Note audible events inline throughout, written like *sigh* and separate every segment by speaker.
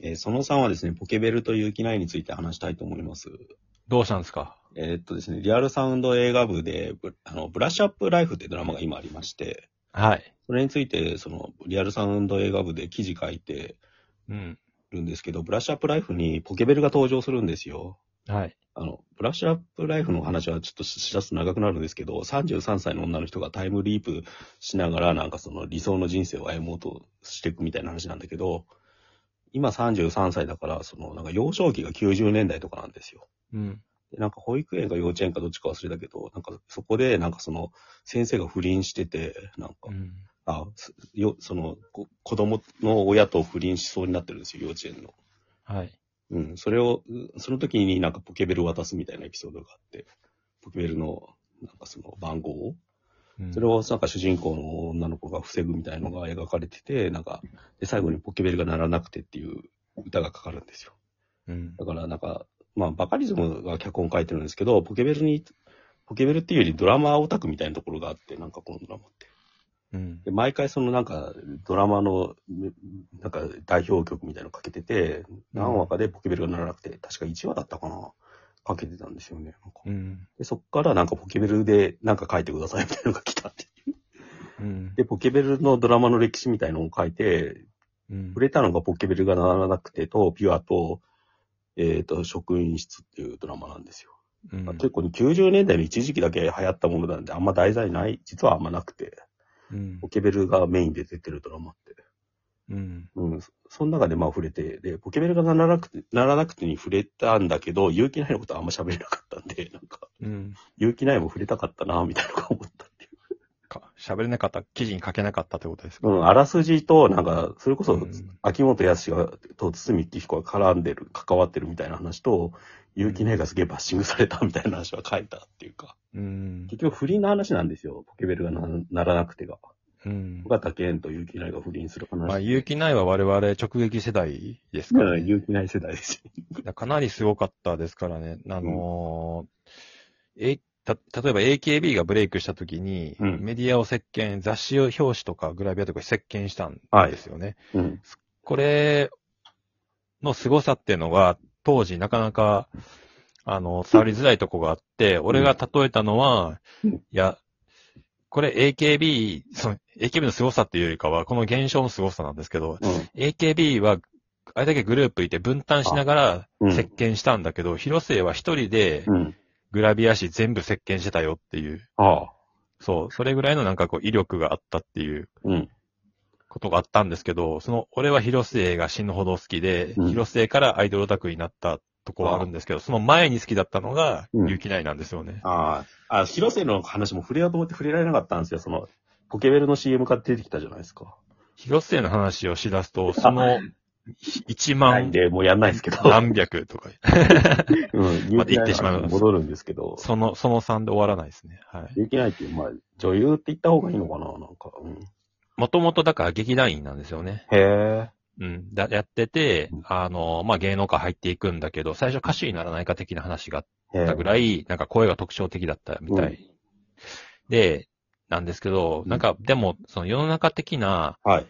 Speaker 1: えーその3はですね、ポケベルという機内について話したいと思います。
Speaker 2: どうしたんですか
Speaker 1: えーっとですね、リアルサウンド映画部で、ブあのブラッシュアップライフってドラマが今ありまして、
Speaker 2: はい。
Speaker 1: それについて、その、リアルサウンド映画部で記事書いて
Speaker 2: うん。
Speaker 1: るんですけど、ブラッシュアップライフにポケベルが登場するんですよ。
Speaker 2: はい。
Speaker 1: あの、ブラッシュアップライフの話はちょっとししだすと長くなるんですけど、33歳の女の人がタイムリープしながら、なんかその理想の人生を歩もうとしていくみたいな話なんだけど、今33歳だから、そのなんか幼少期が90年代とかなんですよ。
Speaker 2: うん。
Speaker 1: でなんか保育園か幼稚園かどっちか忘れたけど、なんかそこでなんかその先生が不倫してて、なんか、
Speaker 2: うん。
Speaker 1: あ、すよ、そのこ子供の親と不倫しそうになってるんですよ、幼稚園の。
Speaker 2: はい。
Speaker 1: うん、それを、うその時になんかポケベル渡すみたいなエピソードがあって、ポケベルの、なんかその番号を、それ
Speaker 2: を。
Speaker 1: をなんか主人公の女の子が防ぐみたいのが描かれてて、なんか、で、最後にポケベルが鳴らなくてっていう歌がかかるんですよ。
Speaker 2: うん。
Speaker 1: だからなんか、まあ、バカリズムが脚本書いてるんですけど、ポケベルに、ポケベルっていうよりドラマオタクみたいなところがあって、なんかこのドラマって。
Speaker 2: うん
Speaker 1: で、。毎回そのなんか、ドラマの、めなんか代表曲みたいなのかけてて、何話かでポケベルが鳴らなくて、確か1話だったかなかけてたんですよね。なんか
Speaker 2: うん。
Speaker 1: でそっからなんかポケベルでなんか書いてくださいみたいなのが来たって。
Speaker 2: うん。
Speaker 1: で、ポケベルのドラマの歴史みたいのを書いて、
Speaker 2: うん
Speaker 1: 触。れたのがポケベルが鳴らなくてと、ピュアと、えっ、と、職員室っていうドラマなんですよ。
Speaker 2: うん
Speaker 1: 結構90年代の一時期だけ流行ったものなんで、あんま題材ない、実はあんまなくて、
Speaker 2: うん
Speaker 1: ポ。ケベルがメインで出てるドラマって。
Speaker 2: うん。
Speaker 1: うん、そその中でまあ触れて、で、ポケベルがならなくて、ならなくてに触れたんだけど、勇気ないのことはあんま喋れなかったんで、 *laughs* なんか、
Speaker 2: うん。
Speaker 1: 勇気ないも触れたかったな、みたいなのが思ったっていう。
Speaker 2: か、喋れなかった、記事に書けなかったってことですか
Speaker 1: うん、あらすじと、なんか、それこそ
Speaker 2: うん、
Speaker 1: 秋元康が、と堤幸彦が絡んでる、関わってるみたいな話と、勇気ないがすげえバッシングされたみたいな話は書いたっていうか、
Speaker 2: うん。
Speaker 1: 結局不倫の話なんですよ、ポケベルがなならなくてが。
Speaker 2: うん
Speaker 1: 尾。形健と勇気ないが不倫する話。
Speaker 2: まあ、勇気ないは我々直撃世代ですから、
Speaker 1: うん
Speaker 2: ね。
Speaker 1: 勇気ない世代ですよ。
Speaker 2: かなりすごかったですからね。あのーえ、た、例えば AKB がブレイクした時に、
Speaker 1: うん
Speaker 2: メディアを席巻、雑誌を表紙とかグラビアとか席巻したんですよね。
Speaker 1: うん。
Speaker 2: これの凄さっていうのが、当時なかなか、
Speaker 1: *laughs*
Speaker 2: あの、触りづらいとこがあって、俺が例えたのは、
Speaker 1: うん
Speaker 2: いや、これ AKB、その AKB の凄さっていうよりかは、この現象の凄さなんですけど、
Speaker 1: うん。
Speaker 2: AKB は、あれだけグループいて分担しなが
Speaker 1: う
Speaker 2: ら
Speaker 1: ん
Speaker 2: 席巻したんだけど、広末は一人で
Speaker 1: うん。
Speaker 2: グラビア誌全部席巻してたよっていう、
Speaker 1: *laughs* ああ。
Speaker 2: そう、それぐらいのなんかこう威力があったっていう
Speaker 1: うん。
Speaker 2: ことがあったんですけど、その、俺は広末が死ぬほど好きで、
Speaker 1: うん
Speaker 2: 広末からアイドルオタクになったとこはあるんですけど、その前に好きだったのが、
Speaker 1: うん
Speaker 2: ゆきないなんですよね。
Speaker 1: ああ、あ、広瀬の話も触れようと思って触れられなかったんですよ。その、ポケベルの CM から出てきたじゃないですか。
Speaker 2: 広末の話をしだすと、その、1
Speaker 1: ないん
Speaker 2: 万
Speaker 1: で、もうやんないですけど。
Speaker 2: 何百とか、
Speaker 1: うん、
Speaker 2: また行ってしまいます
Speaker 1: 戻るんですけど、
Speaker 2: その、その3で終わらないですね。はい。
Speaker 1: できないっていう、まあ、女優って言った方がいいのかな、なんか。うん、
Speaker 2: もともとだから劇団員なんですよね。
Speaker 1: へえ。
Speaker 2: うん。だやってて
Speaker 1: うん、
Speaker 2: あの、まあ、芸能界入っていくんだけど、最初歌手にならないか的な話があって
Speaker 1: へ
Speaker 2: った
Speaker 1: え
Speaker 2: ぐらい、なんか声が特徴的だったみたい。で、なんですけど、
Speaker 1: うん
Speaker 2: なんか、でも、その世の中的な、
Speaker 1: はい。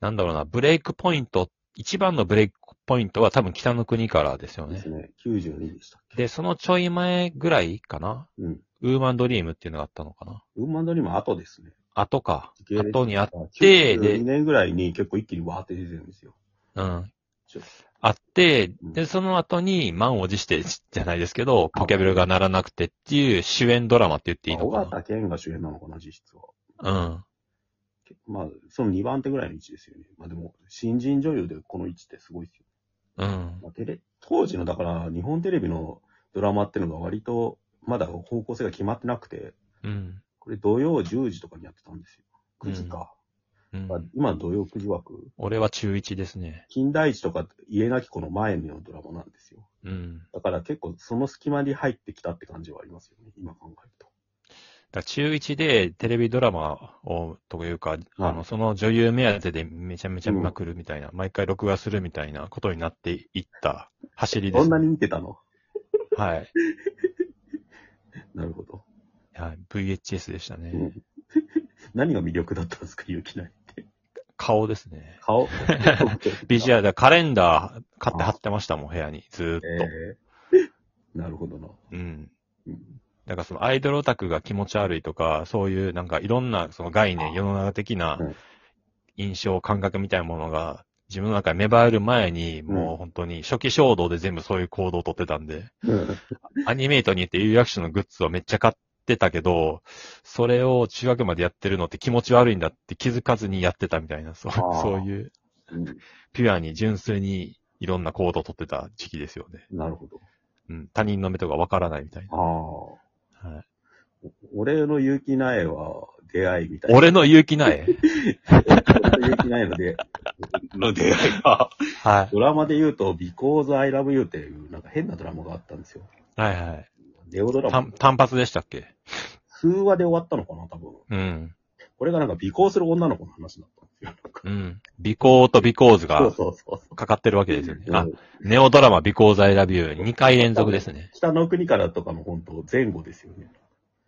Speaker 2: なんだろうな、ブレイクポイント、一番のブレイクポイントは多分北の国からですよ
Speaker 1: で
Speaker 2: ね
Speaker 1: す。ね。92でしたっけ。
Speaker 2: で、そのちょい前ぐらいかな
Speaker 1: うん。
Speaker 2: ウーマンドリームっていうのがあったのかな
Speaker 1: ウーマンドリームは後ですね。
Speaker 2: 後か。
Speaker 1: 時系列
Speaker 2: 後にあっ
Speaker 1: で
Speaker 2: て
Speaker 1: 2年ぐらいに結構一気にわーって出てるんですよ。
Speaker 2: うん
Speaker 1: ちょ。
Speaker 2: あって、
Speaker 1: うん
Speaker 2: で、その後に満を持してじゃないですけど、ポケベルがならなくてっていう主演ドラマって言っていいの
Speaker 1: まあ
Speaker 2: か
Speaker 1: 尾形健が主演なのかな、実質は。
Speaker 2: なうん。
Speaker 1: けまあ、その2番手ぐらいの位置ですよね。まあでも、新人女優でこの位置ってすごいですよ。
Speaker 2: うん。
Speaker 1: まあ、テレ当時の、だから、日本テレビのドラマっていうのが割と、まだ方向性が決まってなくて、
Speaker 2: うん。
Speaker 1: これ土曜10時とかにやってたんですよ。9時か。
Speaker 2: う
Speaker 1: まあ
Speaker 2: ん。
Speaker 1: 今土曜9時枠。
Speaker 2: 俺は中1ですね。
Speaker 1: 金田一とか家なき子の前のドラマなんですよ。
Speaker 2: うん。
Speaker 1: だから結構その隙間に入ってきたって感じはありますよね。今考えると。
Speaker 2: だから中1でテレビドラマを、というか、あ
Speaker 1: はい
Speaker 2: の、その女優目当てでめちゃめちゃ見まくるみたいな、毎回録画するみたいなことになっていった走りで
Speaker 1: そ
Speaker 2: す、
Speaker 1: んなに見てたの *laughs*
Speaker 2: はい。
Speaker 1: なるほど。
Speaker 2: はい。VHS でしたね。
Speaker 1: うん何が魅力だったんですか、勇気ない。
Speaker 2: 顔ですね。
Speaker 1: 顔
Speaker 2: *laughs* ビジュアルだ、カレンダー買って貼ってましたもん、部屋に。ずーっと。
Speaker 1: *laughs* えー *laughs* なるほどな。
Speaker 2: うん。
Speaker 1: うん
Speaker 2: だからそのアイドルオタクが気持ち悪いとか、そういうなんかいろんなその概念、世の中的な
Speaker 1: うん
Speaker 2: 印象、感覚みたいなものが自分の中に芽生える前に、もう本当に初期衝動で全部そういう行動をとってたんで、アニメイトに行って有役所のグッズをめっちゃ買ってたけど、それを中学までやってるのって気持ち悪いんだって気づかずにやってたみたいな、そう
Speaker 1: あー
Speaker 2: そういう
Speaker 1: *laughs* うん
Speaker 2: ピュアに純粋にいろんな行動をとってた時期ですよね。
Speaker 1: なるほど。
Speaker 2: うん。他人の目とかわからないみたい
Speaker 1: ああ。お
Speaker 2: な。はい、
Speaker 1: 俺の勇気ないは出会いみたいな。
Speaker 2: 俺の勇気ない
Speaker 1: 俺の勇気ないの
Speaker 2: *laughs*
Speaker 1: で、の出会いは、
Speaker 2: はい。
Speaker 1: ドラマで言うと、Because I Love You っていう、なんか変なドラマがあったんですよ。
Speaker 2: はいはい。
Speaker 1: ネオドラマ
Speaker 2: 単。単発でしたっけ
Speaker 1: 数話で終わったのかな、多分。 *laughs*
Speaker 2: うん。
Speaker 1: これがなんか尾行する女の子の話だったんですよ。
Speaker 2: うん。美行と美行図
Speaker 1: そう
Speaker 2: が
Speaker 1: そうそうそう。
Speaker 2: かかってるわけですよね。あ
Speaker 1: う、ん
Speaker 2: ネオドラマ美行材ラビュー2回連続ですね。
Speaker 1: 北の国からとかの本当前後ですよね。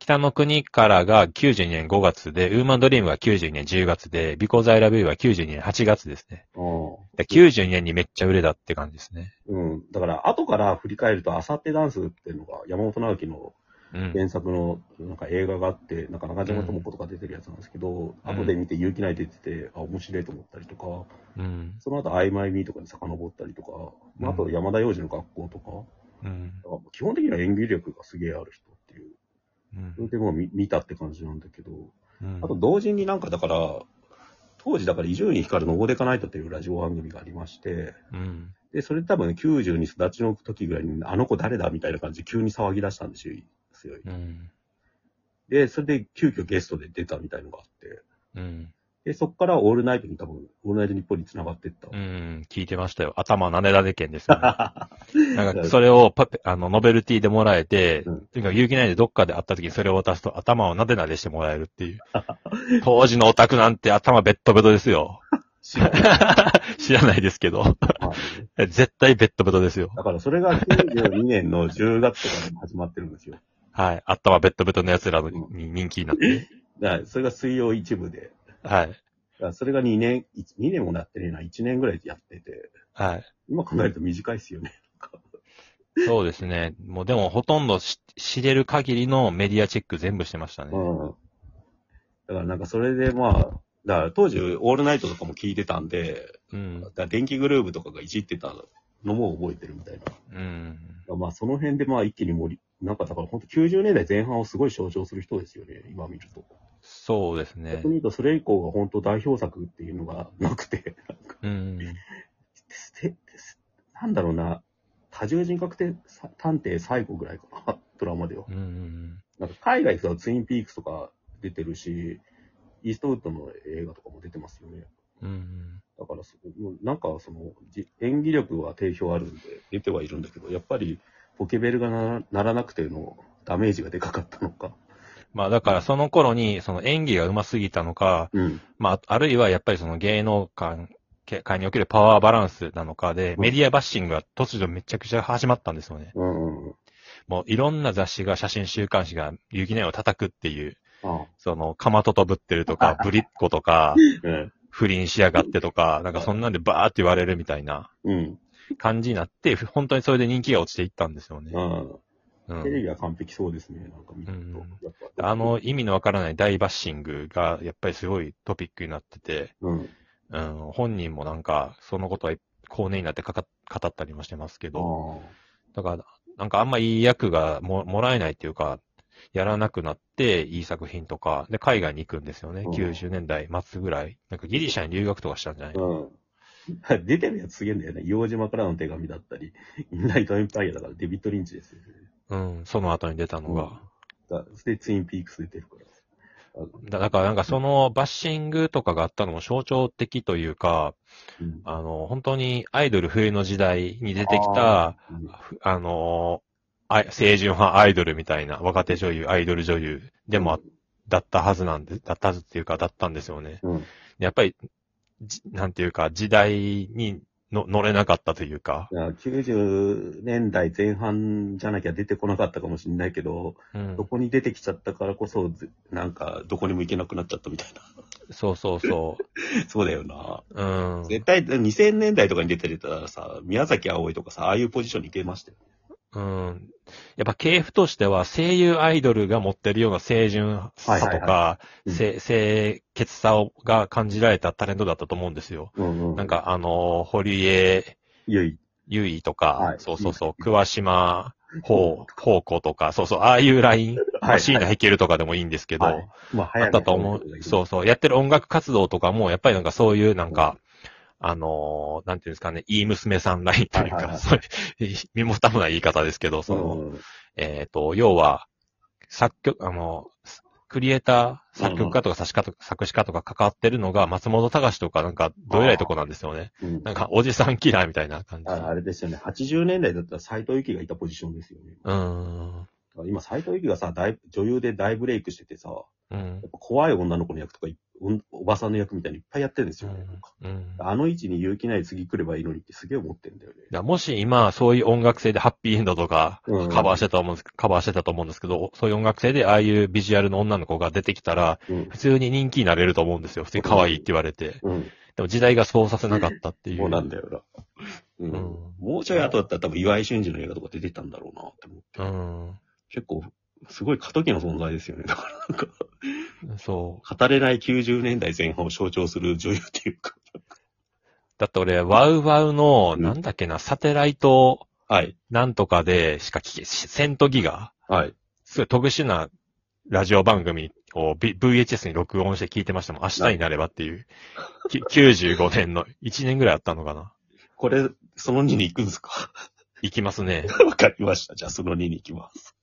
Speaker 2: 北の国からが92年5月で、ウーマンドリームが92年10月で、美行材ラビューは92年8月ですね。
Speaker 1: う
Speaker 2: で92年にめっちゃ売れたって感じですね。
Speaker 1: ん。うん。だから、後から振り返ると、あさってダンスっていうのが、山本直樹の
Speaker 2: うん。
Speaker 1: 原作のなんか映画があって、なんか中島智子とか出てるやつなんですけど、
Speaker 2: うん
Speaker 1: 後で見て勇気ない出てて、あ、面白いと思ったりとか、
Speaker 2: うん。
Speaker 1: その後、アイマイミーとかに遡ったりとか、まあ、あと山田洋次の学校とか、
Speaker 2: うん。
Speaker 1: だから基本的には演技力がすげえある人っていう、
Speaker 2: うん
Speaker 1: それでもう見見たって感じなんだけど、
Speaker 2: うん
Speaker 1: あと同時になんかだから、当時だから伊集院光の登でかないとというラジオ番組がありまして、
Speaker 2: うん。
Speaker 1: で、それ多分90に育ちの時ぐらいに、あの子誰だみたいな感じで急に騒ぎ出したんですよ。
Speaker 2: うん。
Speaker 1: で、それで急遽ゲストで出たみたいのがあって、
Speaker 2: うん。
Speaker 1: で、そこからオールナイトに多分、オールナイト日本に繋がってった。
Speaker 2: うん。聞いてましたよ。頭なでらで県です *laughs* よね。なんか、それをパペ、あの、ノベルティでもらえて、
Speaker 1: うん
Speaker 2: とにかく勇気ないでどっかで会った時にそれを渡すと頭をなでなでしてもらえるって *laughs* いう。当時のオタクなんて頭ベッドベトですよ。 *laughs*
Speaker 1: 知らない
Speaker 2: 知らないですけど。 *laughs*
Speaker 1: まあね
Speaker 2: 絶対ベッドベトですよ。
Speaker 1: だからそれが92年の10月とかに始まってるんですよ。
Speaker 2: はい。頭ベッドベトの奴らのに人気になって。
Speaker 1: だからそれが水曜一部で、
Speaker 2: はい。
Speaker 1: だからそれが2年、2年もなってるような1年ぐらいやってて、
Speaker 2: はい。
Speaker 1: 今考えると短いですよね。
Speaker 2: そうですね。もうでもほとんどし知れる限りのメディアチェック全部してましたね。
Speaker 1: うん。だからなんかそれでまあ、だから当時オールナイトとかも聞いてたんで、
Speaker 2: うん
Speaker 1: だ。から電気グルーブとかがいじってたのも覚えてるみたいな。
Speaker 2: うん。
Speaker 1: まあその辺でまあ一気に盛り、なんかだから本当90年代前半をすごい象徴する人ですよね、今見ると。
Speaker 2: そうですね
Speaker 1: 逆に。言うとそれ以降が本当代表作っていうのがなくて、 *laughs*
Speaker 2: うん。
Speaker 1: ステスなんだろうな、多重人格て探偵最後ぐらいかな、 *laughs* ドラマでは。
Speaker 2: うん。
Speaker 1: なんか海外行くとツインピークスとか出てるし、イーストウッドの映画とかも出てますよね。
Speaker 2: うん。
Speaker 1: だからそ、もうなんかその、じ演技力は定評あるんで、出てはいるんだけど、やっぱりポケベルがなならなくてのダメージがでかかったのか。
Speaker 2: まあだからその頃にその演技が上手すぎたのか、
Speaker 1: うん。
Speaker 2: まああるいはやっぱりその芸能界界におけるパワーバランスなのかで、
Speaker 1: うん
Speaker 2: メディアバッシングが突如めちゃくちゃ始まったんですよね。
Speaker 1: うんうん。
Speaker 2: もういろんな雑誌が写真週刊誌が有機内を叩くっていう、
Speaker 1: ああ。
Speaker 2: そのかまととぶってるとか、
Speaker 1: *laughs*
Speaker 2: ぶりっ子とか、
Speaker 1: うん。
Speaker 2: 不倫しやがってとか、なんかそんなんでバーって言われるみたいな
Speaker 1: うん。
Speaker 2: 感じになって、本当にそれで人気が落ちていったんですよ
Speaker 1: う
Speaker 2: ね。
Speaker 1: ん。
Speaker 2: う
Speaker 1: テレ
Speaker 2: ん、
Speaker 1: ビは完璧そうですね、なんか見ると。
Speaker 2: うん
Speaker 1: やっぱ
Speaker 2: あ、の意味のわからない大バッシングがやっぱりすごいトピックになってて、
Speaker 1: うん。
Speaker 2: うん、本人もなんか、そのことは後年になってかか語ったりもしてますけ
Speaker 1: あ
Speaker 2: ど、
Speaker 1: あ。
Speaker 2: だから、なんかあんまいい役がももらえないっていうか、やらなくなって、いい作品とか、で、海外に行くんですよね。
Speaker 1: うん
Speaker 2: 90年代末ぐらい。なんかギリシャに留学とかしたんじゃない
Speaker 1: うん。 *laughs* 出てるやつすげえんだよね。洋島からの手紙だったり、ミッドナイトエンパイアだからデビッド・リンチですよね。
Speaker 2: うん、その後に出たのが。
Speaker 1: だで、ツインピークス出てるから。あ
Speaker 2: だだからなんかそのバッシングとかがあったのも象徴的というか、
Speaker 1: うん
Speaker 2: あの、本当にアイドル冬の時代に出てき
Speaker 1: あ
Speaker 2: た、
Speaker 1: うん
Speaker 2: ふあのーあい青春派アイドルみたいな、若手女優、アイドル女優でもあ、だったはずなんで、だったはずっていうか、だったんですよね。
Speaker 1: うん。
Speaker 2: やっぱり、じなんていうか、時代にの乗れなかったというか、
Speaker 1: いや90年代前半じゃなきゃ出てこなかったかもしれないけど、
Speaker 2: うん
Speaker 1: どこに出てきちゃったからこそ、ぜなんか、どこにも行けなくなっちゃったみたいな。 *laughs*
Speaker 2: そうそうそ
Speaker 1: そうだよな。
Speaker 2: う。うん。
Speaker 1: 絶対、2000年代とかに出てたらさ、宮崎葵とかさ、ああいうポジションに出ましたよ。
Speaker 2: うん。やっぱ系譜としては声優アイドルが持ってるような清純さ
Speaker 1: は
Speaker 2: と
Speaker 1: いはい
Speaker 2: か、
Speaker 1: うん
Speaker 2: せ清潔さをが感じられたタレントだったと思うんですよ。
Speaker 1: うん
Speaker 2: なん、かあの、堀江
Speaker 1: いやい
Speaker 2: 優衣とか、
Speaker 1: はい
Speaker 2: そうそうそう、桑島方方向とか、そうそう、ああいうライン、
Speaker 1: はい
Speaker 2: まあ椎名弾けるとかでもいいんですけど、
Speaker 1: はいまあ、
Speaker 2: あったと思う。そうそう。やってる音楽活動とかも、やっぱりなんかそういうなんか、あのーなんていうんですかね、いい娘さんラインという
Speaker 1: はいはいは
Speaker 2: か、
Speaker 1: い
Speaker 2: そういう、身も蓋もない言い方ですけど、その、
Speaker 1: うん。
Speaker 2: えっ、と、要は、作曲、あの、クリエイター、作曲家とか作詞家とか、作詞家とか関わってるのが、松本隆とかなんか、どえらいとこなんですよね。
Speaker 1: うん
Speaker 2: なんか、おじさんキラーみたいな感じ。
Speaker 1: ああれですよね。80年代だったら斎藤由貴がいたポジションですよね。
Speaker 2: うーん。
Speaker 1: 今、斎藤由貴がさ、大女優で大ブレイクしててさ、
Speaker 2: うん
Speaker 1: やっ。ぱ怖い女の子の役とか、いおんおばさんの役みたいにいっぱいやってるんですよね。なんか
Speaker 2: うん。だか
Speaker 1: あの位置に勇気ない次来ればいいのにってすげえ思ってんだよね。
Speaker 2: らもし今、そういう音楽性でハッピーエンドとか、
Speaker 1: うん
Speaker 2: カバーしてたと思うんです、カバーしてたと思うんですけど、そういう音楽性でああいうビジュアルの女の子が出てきたら、
Speaker 1: うん
Speaker 2: 普通に人気になれると思うんですよ。普通に可愛いって言われて。
Speaker 1: うん。
Speaker 2: でも時代がそうさせなかったっていう。
Speaker 1: そうなんだよな。うん。
Speaker 2: うん
Speaker 1: もうちょい後だったら多分岩井俊二の映画とか出てたんだろうなって思って。
Speaker 2: うん。
Speaker 1: 結構、すごい過渡期の存在ですよね。だからなんか、
Speaker 2: そう。
Speaker 1: 語れない90年代前半を象徴する女優っていうか。
Speaker 2: だって俺、ワウワウの、
Speaker 1: うん
Speaker 2: なんだっけな、サテライト、
Speaker 1: はい。
Speaker 2: なんとかでしか聞け、しセントギガ、
Speaker 1: はい。
Speaker 2: すごい特殊なラジオ番組を、V- VHS に録音して聞いてましたもん。明日になればっていう。き95年の、1年ぐらいあったのかな。
Speaker 1: これ、その2に行くんですか *laughs*
Speaker 2: 行きますね。
Speaker 1: わかりました。じゃあその2に行きます。